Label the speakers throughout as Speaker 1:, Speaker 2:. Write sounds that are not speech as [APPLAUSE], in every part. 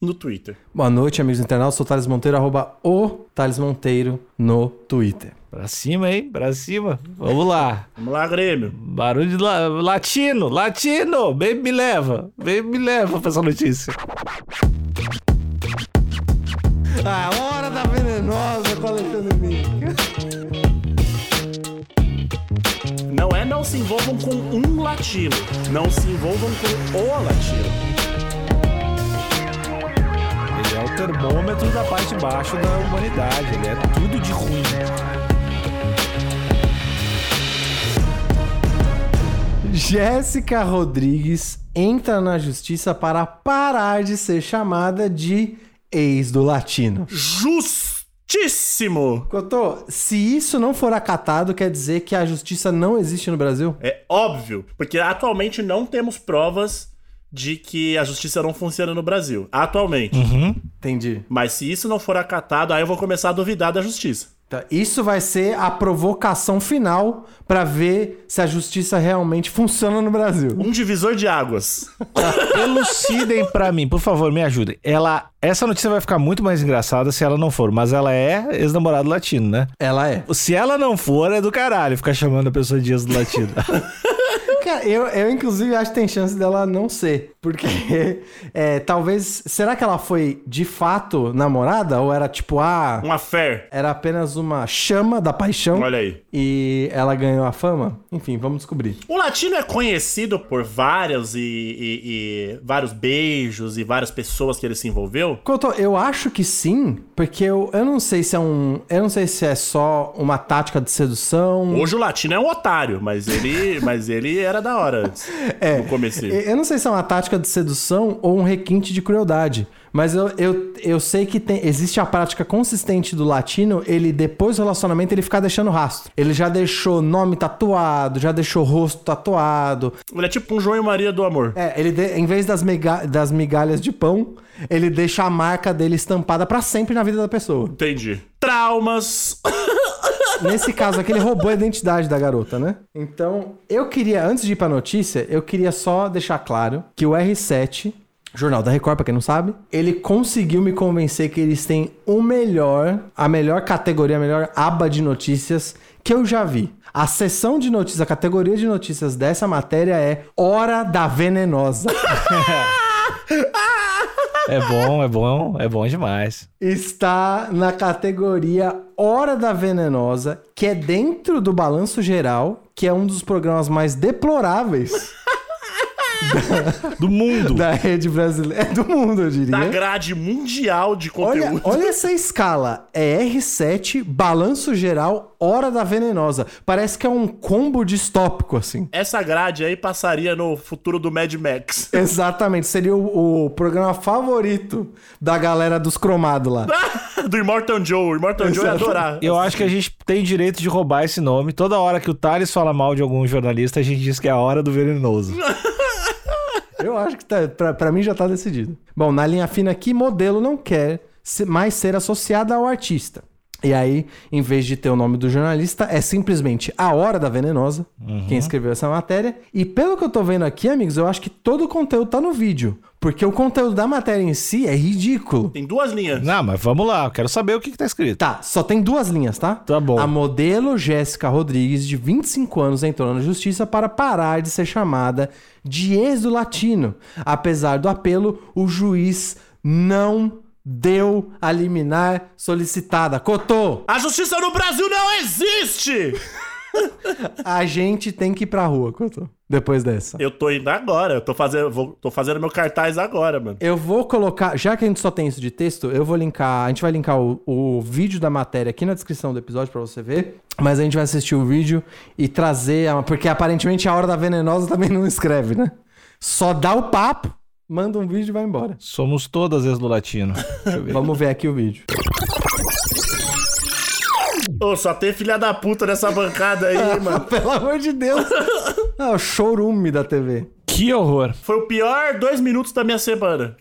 Speaker 1: no Twitter.
Speaker 2: Boa noite, amigos internautas. Sou o Thales Monteiro, arroba o Thales Monteiro no Twitter.
Speaker 3: Pra cima, hein? Pra cima. Vamos lá.
Speaker 1: Vamos lá, Grêmio.
Speaker 3: Barulho de la- latino, latino! Bem me leva, bem me leva pra essa notícia.
Speaker 2: A hora da venenosa com Alexandre
Speaker 1: Não é não se envolvam com um latino, não se envolvam com o latino.
Speaker 3: Ele é o termômetro da parte de baixo da humanidade. Ele é tudo de ruim.
Speaker 2: Jéssica Rodrigues entra na justiça para parar de ser chamada de ex do latino.
Speaker 1: Justíssimo!
Speaker 2: Cotô, se isso não for acatado, quer dizer que a justiça não existe no Brasil?
Speaker 1: É óbvio, porque atualmente não temos provas de que a justiça não funciona no Brasil. Atualmente.
Speaker 3: Uhum.
Speaker 2: Entendi.
Speaker 1: Mas se isso não for acatado, aí eu vou começar a duvidar da justiça.
Speaker 2: Tá, Isso vai ser a provocação final para ver se a justiça realmente funciona no Brasil.
Speaker 1: Um divisor de águas.
Speaker 3: [COUGHS] Elucidem pra mim, por favor, me ajudem. Ela, essa notícia vai ficar muito mais engraçada se ela não for, mas ela é ex-namorado latino, né?
Speaker 2: Ela é.
Speaker 3: Se ela não for, é do caralho ficar chamando a pessoa de ex-latino.
Speaker 2: Cara, eu, eu inclusive acho que tem chance dela não ser. Porque [LAUGHS] é, talvez. Será que ela foi de fato namorada? Ou era tipo, ah,
Speaker 1: Uma fé.
Speaker 2: era apenas uma chama da paixão
Speaker 1: Um Olha aí.
Speaker 2: e ela ganhou a fama? Enfim, vamos descobrir.
Speaker 1: O latino é conhecido por vários e, e- e vários beijos e várias pessoas que ele se envolveu.
Speaker 2: Couto, eu acho que sim, porque eu, eu não sei se é um. Eu não sei se é só uma tática de sedução.
Speaker 1: Hoje o latino é um otário, mas ele, mas ele era da hora antes, no começo.
Speaker 2: Eu eu não sei se é uma tática de sedução ou um requinte de crueldade. Mas eu, eu, eu sei que tem- existe a prática consistente do latino, ele depois do relacionamento ele ficar deixando rastro. Ele já deixou nome tatuado, já deixou rosto tatuado.
Speaker 1: Ele é tipo um João e Maria do amor.
Speaker 2: É, ele de- em vez das, miga- das migalhas de pão, ele deixa a marca dele estampada pra sempre na vida da pessoa.
Speaker 1: Entendi. Traumas.
Speaker 2: Nesse caso aqui, ele roubou a identidade da garota, né? Então, eu queria, antes de ir pra notícia, eu queria só deixar claro que o R7, jornal da Record, pra quem não sabe, ele conseguiu me convencer que eles têm o melhor, a melhor categoria, a melhor aba de notícias que eu já vi. A seção de notícias, a categoria de notícias dessa matéria é Hora da
Speaker 3: [LAUGHS]
Speaker 2: Venenosa.
Speaker 3: é bom, é bom, é bom demais.
Speaker 2: está na categoria Hora da Venenosa, que é dentro do Balanço Geral, que é um dos programas mais deploráveis
Speaker 3: Do mundo.
Speaker 2: da rede brasileira, é do mundo, eu
Speaker 1: Da
Speaker 2: diria.
Speaker 1: grade mundial de
Speaker 2: Olha,
Speaker 1: Tá conteúdo.
Speaker 2: olha essa escala. É R7, Balanço Geral, Hora da Venenosa. Parece que é um combo distópico, assim.
Speaker 1: Essa grade aí passaria no futuro do Mad Max. [LAUGHS]
Speaker 2: Exatamente. Seria o, o programa favorito da galera dos cromados lá.
Speaker 1: do Immortal Joe. O Immortal Joe ia
Speaker 2: Exato.
Speaker 1: adorar.
Speaker 3: Eu acho que a gente tem direito de roubar esse nome. Toda hora que o Thales fala mal de algum jornalista, a gente diz que é a hora do venenoso.
Speaker 2: Eu acho que tá, pra, pra mim já tá decidido. Bom, na linha fina aqui, modelo não quer se- mais ser associada ao artista. E aí, em vez de ter o nome do jornalista, é simplesmente A Hora da Venenosa, quem escreveu essa matéria. E pelo que eu tô vendo aqui, amigos, eu acho que todo o conteúdo tá no vídeo. Porque o conteúdo da matéria em si é ridículo.
Speaker 1: Tem duas linhas.
Speaker 3: Não, mas vamos lá, eu quero saber o que, que tá escrito.
Speaker 2: Tá, só tem duas linhas, tá?
Speaker 3: Tá bom.
Speaker 2: A modelo Jéssica Rodrigues, de 25 anos, entrou na justiça para parar de ser chamada de ex do latino. Apesar do apelo, o juiz não deu a liminar solicitada. Cotô,
Speaker 1: A justiça no Brasil não existe!
Speaker 2: a gente tem que ir pra rua, Cotô. Depois dessa.
Speaker 1: Eu tô indo agora, eu tô fazendo, vou- tô fazendo meu cartaz agora, mano.
Speaker 2: Eu vou colocar, já que a gente só tem isso de texto, eu vou linkar, a gente vai linkar o, o vídeo da matéria aqui na descrição do episódio pra você ver, mas a gente vai assistir o vídeo e trazer, a- porque aparentemente a Hora da Venenosa também não escreve, né? Só dá o papo, manda um vídeo e vai embora.
Speaker 3: Somos todas ex-latino.
Speaker 2: Vamos ver aqui o vídeo.
Speaker 1: Ô, só tem filha da puta nessa bancada aí, mano.
Speaker 2: [LAUGHS] Pelo amor de Deus. Ah, o showroom da TV.
Speaker 3: [LAUGHS] Que horror.
Speaker 1: Foi o pior dois minutos da minha semana.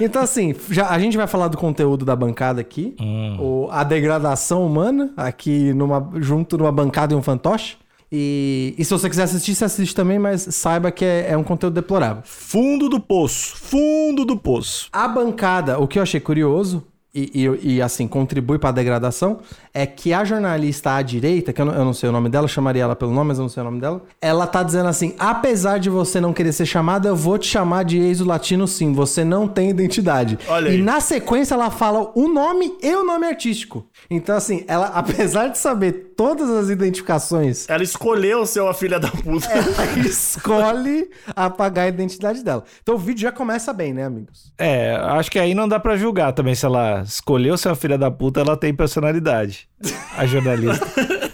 Speaker 2: Então, assim, já, a gente vai falar do conteúdo da bancada aqui. O- a degradação humana, aqui numa, junto numa bancada e um fantoche. E, e se você quiser assistir, você assiste também, mas saiba que é, é um conteúdo deplorável.
Speaker 3: Fundo do poço. Fundo do poço.
Speaker 2: A bancada, o que eu achei curioso, e, e- e, assim, contribui para a degradação, é que a jornalista à direita, que eu não, eu não sei o nome dela, eu chamaria ela pelo nome, mas eu não sei o nome dela, ela tá dizendo assim: apesar de você não querer ser chamada, eu vou te chamar de ex latino sim, você não tem identidade.
Speaker 1: Olha
Speaker 2: e
Speaker 1: aí.
Speaker 2: na sequência ela fala o nome e o nome artístico. Então, assim, ela, [LAUGHS] apesar de saber todas as
Speaker 1: [LAUGHS]
Speaker 2: identificações
Speaker 1: Ela escolheu ser uma filha da puta.
Speaker 2: ela escolhe apagar a identidade dela. Então o vídeo já começa bem, né, amigos?
Speaker 3: É, acho que aí não dá pra julgar também. Se ela escolheu ser uma filha da puta, ela tem personalidade. A jornalista.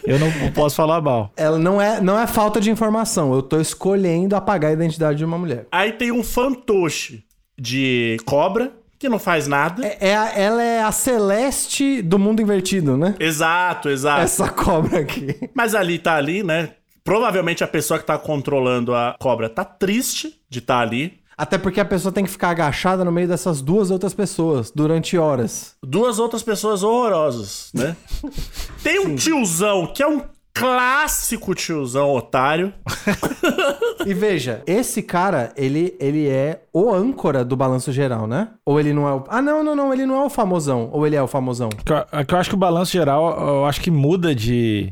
Speaker 3: Eu não posso falar mal.
Speaker 2: Ela não é, não é falta de informação. Eu tô escolhendo apagar a identidade de uma mulher.
Speaker 1: [LAUGHS] Aí tem um fantoche de cobra, que não faz nada.
Speaker 2: É, é a- ela é a Celeste do mundo invertido, né?
Speaker 1: Exato, exato.
Speaker 2: Essa cobra aqui.
Speaker 1: Mas ali tá ali, né? Provavelmente a pessoa que tá controlando a cobra tá triste de estar tá ali.
Speaker 2: Até porque a pessoa tem que ficar agachada no meio dessas duas outras pessoas durante horas.
Speaker 1: Duas outras pessoas horrorosas,
Speaker 3: [LAUGHS]
Speaker 1: né? Tem um tiozão que é um clássico tiozão otário.
Speaker 2: E veja, esse cara, ele, ele é o âncora do balanço geral, né? Ou ele não é o. Ah, não, não, não, ele não é o famosão. Ou ele é o famosão.
Speaker 3: Que eu- é que eu acho que o balanço geral, eu acho que muda de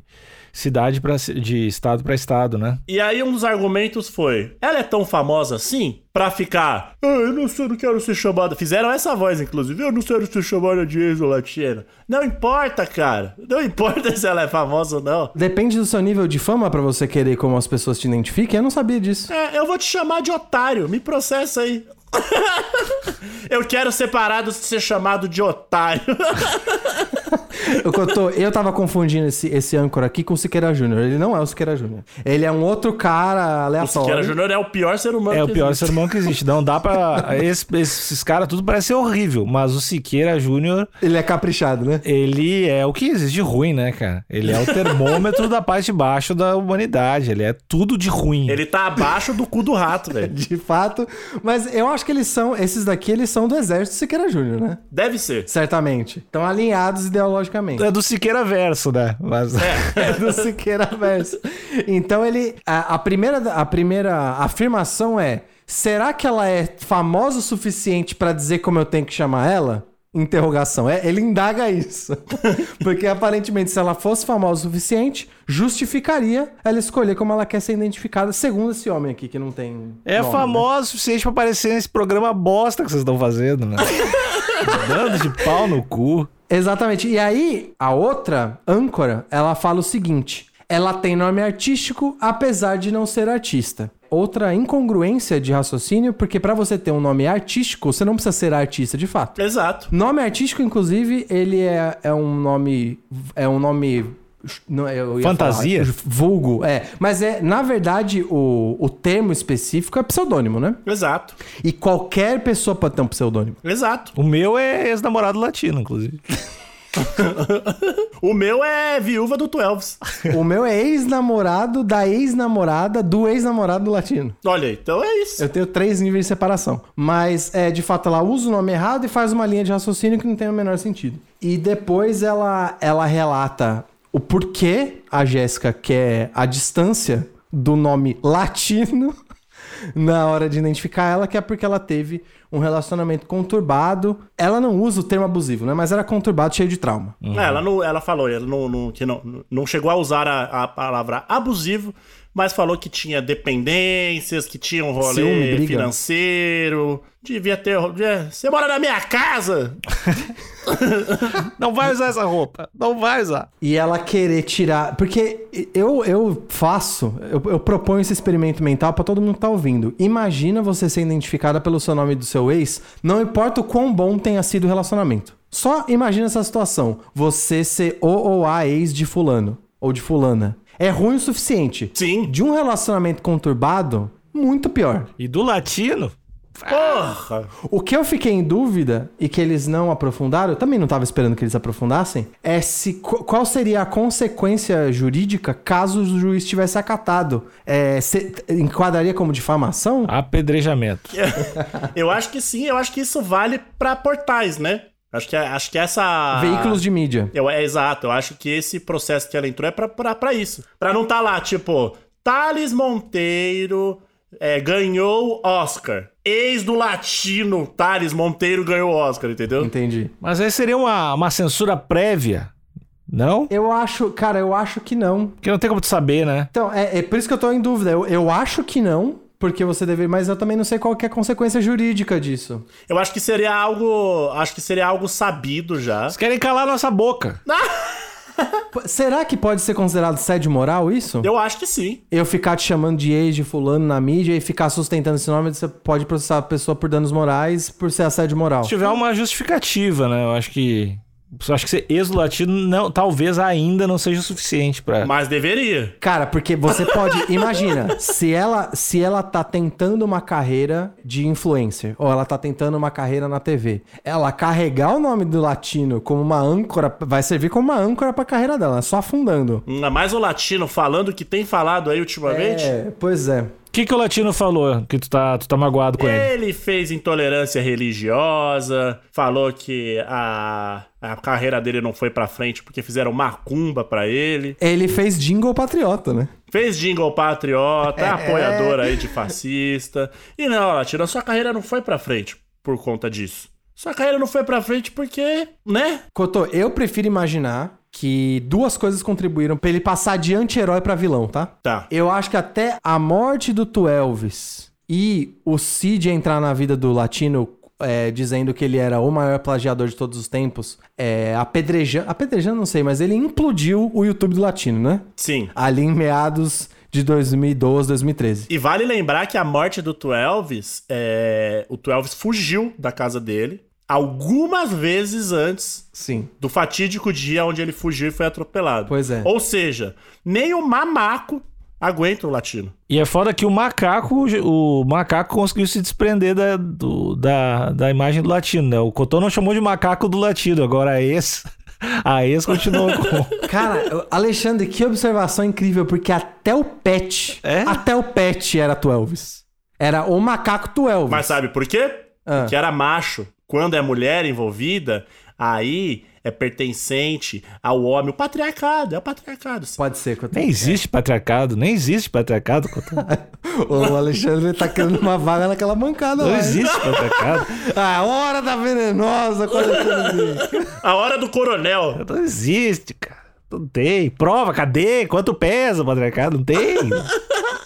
Speaker 3: cidade para de estado pra estado, né?
Speaker 1: E aí um dos argumentos foi: ela é tão famosa assim pra ficar. "Ah, eu não sei, eu não quero ser chamada. Fizeram essa voz, inclusive. Eu não quero ser chamada de ex-latina. Não importa, cara. Não importa [LAUGHS] se ela é famosa ou não.
Speaker 2: Depende do seu nível de fama pra você querer como as pessoas te identifiquem. Eu não sabia disso.
Speaker 1: É, eu vou te chamar de otário. Me processa aí. [LAUGHS] eu quero ser parado de ser chamado de otário.
Speaker 2: Eu, Cotô, eu tava confundindo esse, esse âncora aqui com o Siqueira Júnior. Ele não é o Siqueira Júnior. Ele é um outro cara
Speaker 1: O [LAUGHS]
Speaker 2: aleatório.
Speaker 1: Siqueira Júnior é o pior ser humano
Speaker 3: É o
Speaker 1: que
Speaker 3: pior
Speaker 1: existe.
Speaker 3: ser humano que existe. Não dá pra. esse- esses caras tudo parece ser horrível, mas o Siqueira Júnior,
Speaker 2: Ele é caprichado, né?
Speaker 3: ele é o que existe de ruim, né, cara? Ele é o termômetro da parte de baixo da humanidade. Ele é tudo de ruim.
Speaker 1: Ele tá abaixo do cu do rato, velho.
Speaker 2: De fato. Mas eu acho que eles são... Esses daqui, eles são do exército Siqueira Júnior, né?
Speaker 1: Deve ser.
Speaker 2: Certamente. Estão alinhados ideologicamente.
Speaker 3: É do Siqueira Verso, né? Mas...
Speaker 2: É [LAUGHS] do Siqueira Verso. Então ele. A, a primeira, a primeira afirmação é: será que ela é famosa o suficiente pra dizer como eu tenho que chamar ela? Interrogação. É, ele indaga isso. [LAUGHS] Porque aparentemente, se ela fosse famosa o suficiente, justificaria ela escolher como ela quer ser identificada, segundo esse homem aqui que não tem.
Speaker 3: [LAUGHS] É
Speaker 2: nome, né?
Speaker 3: famosa o suficiente pra aparecer nesse programa bosta que vocês estão fazendo,
Speaker 2: [LAUGHS]
Speaker 3: né? Dando de pau no cu.
Speaker 2: Exatamente. E aí, a outra âncora, ela fala o seguinte: ela tem nome artístico, apesar de não ser artista. Outra incongruência de raciocínio, porque pra você ter um nome artístico, você não precisa ser artista de fato.
Speaker 1: Exato.
Speaker 2: Nome artístico, inclusive, ele é, é um nome. É um nome. não, eu ia
Speaker 3: Fantasia?
Speaker 2: falar, vulgo, é. Mas é, na verdade, o, o termo específico é pseudônimo, né?
Speaker 1: Exato.
Speaker 2: E qualquer pessoa pode ter um pseudônimo.
Speaker 1: Exato.
Speaker 3: O meu é ex-namorado latino, inclusive.
Speaker 1: O meu é viúva do Twelves.
Speaker 2: O meu é ex-namorado da ex-namorada do ex-namorado do latino.
Speaker 1: Olha, então é isso.
Speaker 2: Eu tenho três níveis de separação. Mas, é, de fato, ela usa o nome errado e faz uma linha de raciocínio que não tem o menor sentido. E depois ela, ela relata o porquê a Jéssica quer a distância do nome latino [LAUGHS] na hora de identificar ela, que é porque ela teve um relacionamento conturbado. Ela não usa o termo abusivo, né? Mas era conturbado, cheio de trauma.
Speaker 1: É, ela, não, ela falou ela não, não- que não, não chegou a usar a, a palavra abusivo, mas falou que tinha dependências, que tinha um rolê
Speaker 2: Ciúme, briga.
Speaker 1: financeiro. Devia ter. é, Você mora na minha casa!
Speaker 3: Não vai usar essa roupa. Não vai usar.
Speaker 2: E ela querer tirar. Porque eu, eu faço, eu, eu proponho esse experimento mental pra todo mundo que tá ouvindo. Imagina você ser identificada pelo seu nome do seu ex, não importa o quão bom tenha sido o relacionamento. Só imagina essa situação. Você ser o ou a ex de fulano ou de fulana. É ruim o suficiente.
Speaker 1: Sim.
Speaker 2: De um relacionamento conturbado, muito pior.
Speaker 3: E do latino?
Speaker 2: [LAUGHS]
Speaker 1: Porra!
Speaker 2: O que eu fiquei em dúvida e que eles não aprofundaram, eu também não estava esperando que eles aprofundassem, é se qu- qual seria a consequência jurídica caso o juiz tivesse acatado. É, se- enquadraria como difamação?
Speaker 3: Apedrejamento.
Speaker 1: Eu acho que sim, eu acho que isso vale pra portais, né? Acho que, acho que essa.
Speaker 2: Veículos de mídia.
Speaker 1: Eu, é exato, eu acho que esse processo que ela entrou é pra, pra, pra isso. Pra não tá lá, tipo, Thales Monteiro é, ganhou Oscar. Ex do latino Thales Monteiro ganhou Oscar, entendeu?
Speaker 2: Entendi.
Speaker 3: Mas aí seria uma, uma censura prévia, não?
Speaker 2: Eu acho, cara, eu acho que não.
Speaker 3: Porque não tem como tu saber, né?
Speaker 2: Então, é, é por isso que eu tô em dúvida. Eu, eu acho que não, porque você deveria, mas eu também não sei qual que é a consequência jurídica disso.
Speaker 1: Eu acho que seria algo. Acho que seria algo sabido já.
Speaker 3: Eles querem calar nossa boca.
Speaker 2: P- Será que pode ser considerado sede moral isso?
Speaker 1: Eu acho que sim.
Speaker 2: Eu ficar te chamando de ex de fulano na mídia e ficar sustentando esse nome, você pode processar a pessoa por danos morais por ser assédio moral.
Speaker 3: Se tiver uma justificativa, né? Eu acho que. Eu acho que ser ex-latino não, talvez ainda não seja o suficiente pra.
Speaker 1: Mas deveria.
Speaker 2: Cara, porque
Speaker 3: [LAUGHS]
Speaker 2: você pode, imagina, se ela se ela tá tentando uma carreira de influencer ou ela tá tentando uma carreira na TV, ela carregar o nome do latino como uma âncora vai servir como uma âncora pra carreira dela, né? só afundando.
Speaker 1: Ainda mais o latino falando o que tem falado aí ultimamente.
Speaker 2: É, pois é.
Speaker 3: O que, que o latino falou que tu tá, tu tá magoado com ele?
Speaker 1: Ele fez intolerância religiosa, falou que a, a carreira dele não foi pra frente porque fizeram macumba pra ele.
Speaker 2: Ele fez jingle patriota, né?
Speaker 1: Fez jingle patriota, apoiador aí de fascista. E não, Latino, sua carreira não foi pra frente por conta disso. Sua carreira não foi pra frente porque, né?
Speaker 2: Cotô, eu prefiro imaginar que duas coisas contribuíram pra ele passar de anti-herói pra vilão, tá?
Speaker 1: Tá.
Speaker 2: Eu acho que até a morte do Tu Elvis e o Cid entrar na vida do latino é, dizendo que ele era o maior plagiador de todos os tempos, é, apedrejando, apedrejando não sei, mas ele implodiu o YouTube do latino, né?
Speaker 1: Sim.
Speaker 2: Ali em meados de 2012, 2013.
Speaker 1: E vale lembrar que a morte do Twelves, é... o Twelves fugiu da casa dele algumas vezes antes
Speaker 2: Sim.
Speaker 1: do fatídico dia onde ele fugiu e foi atropelado.
Speaker 2: Pois é.
Speaker 1: Ou seja, nem o mamaco aguenta o latino.
Speaker 3: E é foda que o macaco, o macaco conseguiu se desprender da, do- da, da imagem do latino, né? O Cotô não chamou de macaco do latino, agora a ex. A ex continuou
Speaker 2: [LAUGHS]
Speaker 3: com.
Speaker 2: Cara, Alexandre, que observação incrível, porque até o pet,
Speaker 3: É?
Speaker 2: até o pet era tu Elvis. Era o macaco tu Elvis.
Speaker 1: Mas sabe por quê?
Speaker 2: Ah.
Speaker 1: Porque era macho. Quando é mulher envolvida, aí é pertencente ao homem. O patriarcado, é o patriarcado.
Speaker 2: Pode ser, Cotô.
Speaker 3: Nem existe patriarcado, nem existe patriarcado, Cotô.
Speaker 2: O Alexandre tá querendo uma vaga naquela bancada
Speaker 3: Não
Speaker 2: lá.
Speaker 3: existe patriarcado.
Speaker 2: A hora da venenosa, com Alexandre.
Speaker 1: A hora do coronel.
Speaker 3: Não existe, cara. Não tem. Prova, cadê? Quanto pesa o patriarcado? Não tem.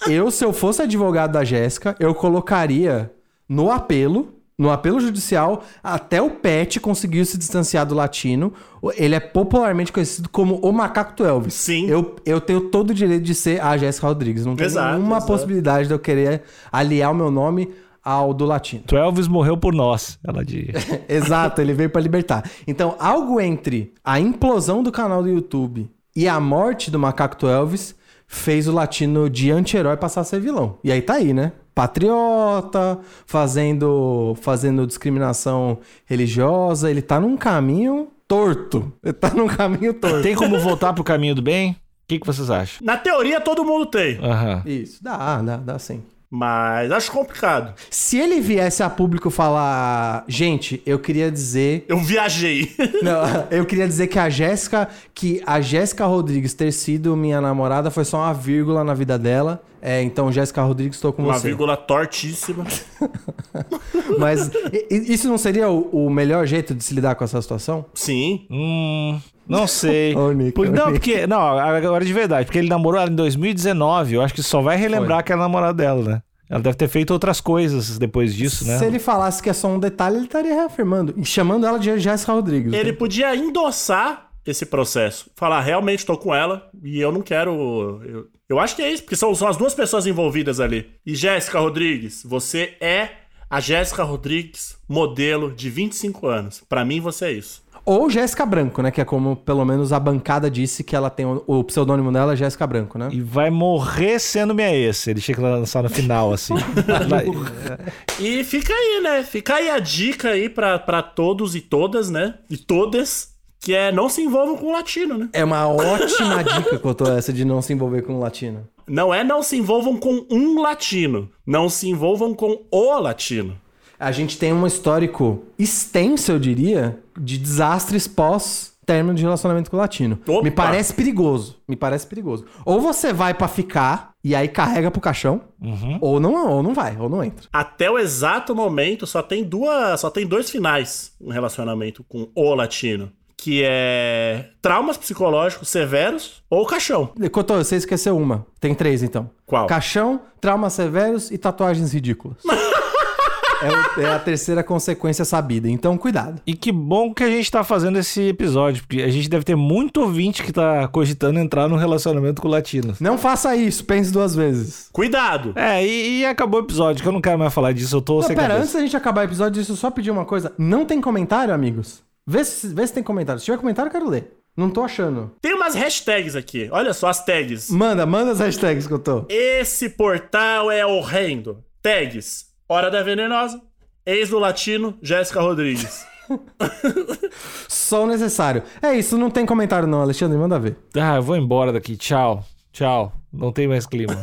Speaker 2: Eu, se eu fosse advogado da Jéssica, eu colocaria no apelo, no apelo judicial, até o Pet conseguiu se distanciar do latino. Ele é popularmente conhecido como o macaco do Elvis.
Speaker 1: Sim.
Speaker 2: Eu, eu tenho todo o direito de ser a Jéssica Rodrigues. Não tem
Speaker 1: Exato,
Speaker 2: nenhuma
Speaker 1: exato.
Speaker 2: possibilidade de eu querer aliar o meu nome ao do latino.
Speaker 3: Twelves morreu por nós, ela diz.
Speaker 2: [LAUGHS] Exato, ele veio pra libertar. Então, algo entre a implosão do canal do YouTube e a morte do Macaco Elvis fez o latino de anti-herói passar a ser vilão. E aí tá aí, né? Patriota, fazendo, fazendo discriminação religiosa, ele tá num caminho torto. Ele tá num caminho torto.
Speaker 3: Tem como voltar pro caminho do bem? O que, que vocês acham?
Speaker 1: Na teoria todo mundo tem,
Speaker 3: Aham.
Speaker 2: Isso, dá, dá, dá sim.
Speaker 1: mas acho complicado.
Speaker 2: Se ele viesse a público falar, gente, eu queria dizer
Speaker 1: Eu viajei.
Speaker 2: Não, eu queria dizer que a Jéssica, que a Jéssica Rodrigues ter sido minha namorada foi só uma vírgula na vida dela. É, então Jéssica Rodrigues estou com
Speaker 1: Uma
Speaker 2: você.
Speaker 1: vírgula tortíssima.
Speaker 2: Mas i- i- isso não seria o, o melhor jeito de se lidar com essa situação?
Speaker 1: Sim.
Speaker 3: Hum, não sei.
Speaker 2: [LAUGHS] Ô, Nico,
Speaker 3: Por- não,
Speaker 2: Nico.
Speaker 3: porque. Não, agora de verdade, porque ele namorou ela em 2019. Eu acho que só vai relembrar que era namorada dela, né? Ela deve ter feito outras coisas depois disso, né?
Speaker 2: Se ele falasse que é só um detalhe, ele estaria reafirmando e chamando ela de Jéssica Rodrigues.
Speaker 1: Ele podia endossar esse processo. Falar, realmente tô com ela e eu não quero. Eu, eu acho que é isso, porque são, são as duas pessoas envolvidas ali. E Jéssica Rodrigues, você é a Jéssica Rodrigues, modelo de 25 anos. Pra mim, você é isso.
Speaker 2: Ou Jéssica Branco, né? Que é como, pelo menos, a bancada disse que ela tem. O, o pseudônimo dela é Jéssica Branco, né?
Speaker 3: E vai morrer sendo minha ex. Ele tinha que lançar no final,
Speaker 2: [LAUGHS]
Speaker 3: assim. Vai-
Speaker 1: E fica aí, né? Fica aí a dica aí pra, pra todos e todas, né? E todas, que é não se envolvam com o latino, né?
Speaker 2: É uma ótima dica que eu tô essa de não se envolver com o latino.
Speaker 1: Não é não se envolvam com um latino. Não se envolvam com o latino.
Speaker 2: A gente tem um histórico extenso, eu diria, de desastres pós término de relacionamento com o latino.
Speaker 1: Opa!
Speaker 2: Me parece perigoso. Me parece perigoso. Ou você vai pra ficar e aí carrega pro caixão,
Speaker 1: Uhum.
Speaker 2: ou não, ou não vai, ou não entra.
Speaker 1: Até o exato momento só tem duas, só tem dois finais um relacionamento com o latino, que é traumas psicológicos severos ou caixão.
Speaker 2: Cotô, você esqueceu uma. Tem três, então.
Speaker 1: Qual?
Speaker 2: Caixão, traumas severos e
Speaker 1: [LAUGHS]
Speaker 2: tatuagens ridículas. é, o- é a terceira consequência sabida. Então, cuidado.
Speaker 3: E que bom que a gente tá fazendo esse episódio, porque a gente deve ter muito ouvinte que tá cogitando entrar num relacionamento com latinos.
Speaker 2: Não faça isso, pense duas vezes.
Speaker 1: Cuidado.
Speaker 3: É, e, e acabou o episódio, que eu não quero mais falar disso, eu tô
Speaker 2: Não,
Speaker 3: sem
Speaker 2: pera,
Speaker 3: cabeça.
Speaker 2: antes da gente acabar o episódio, deixa eu só pedir uma coisa. Não tem comentário, amigos? Vê se, vê se tem comentário. Se tiver comentário, eu quero ler. Não tô achando.
Speaker 1: Tem umas hashtags aqui. Olha só as tags.
Speaker 2: Manda, manda as hashtags que eu tô.
Speaker 1: Esse portal é horrendo. Tags: Hora da Venenosa, Ex do Latino, Jéssica Rodrigues.
Speaker 2: Só o necessário. É isso, não tem comentário não, Alexandre, manda ver.
Speaker 3: Ah, eu vou embora daqui, tchau, tchau. Não tem mais clima.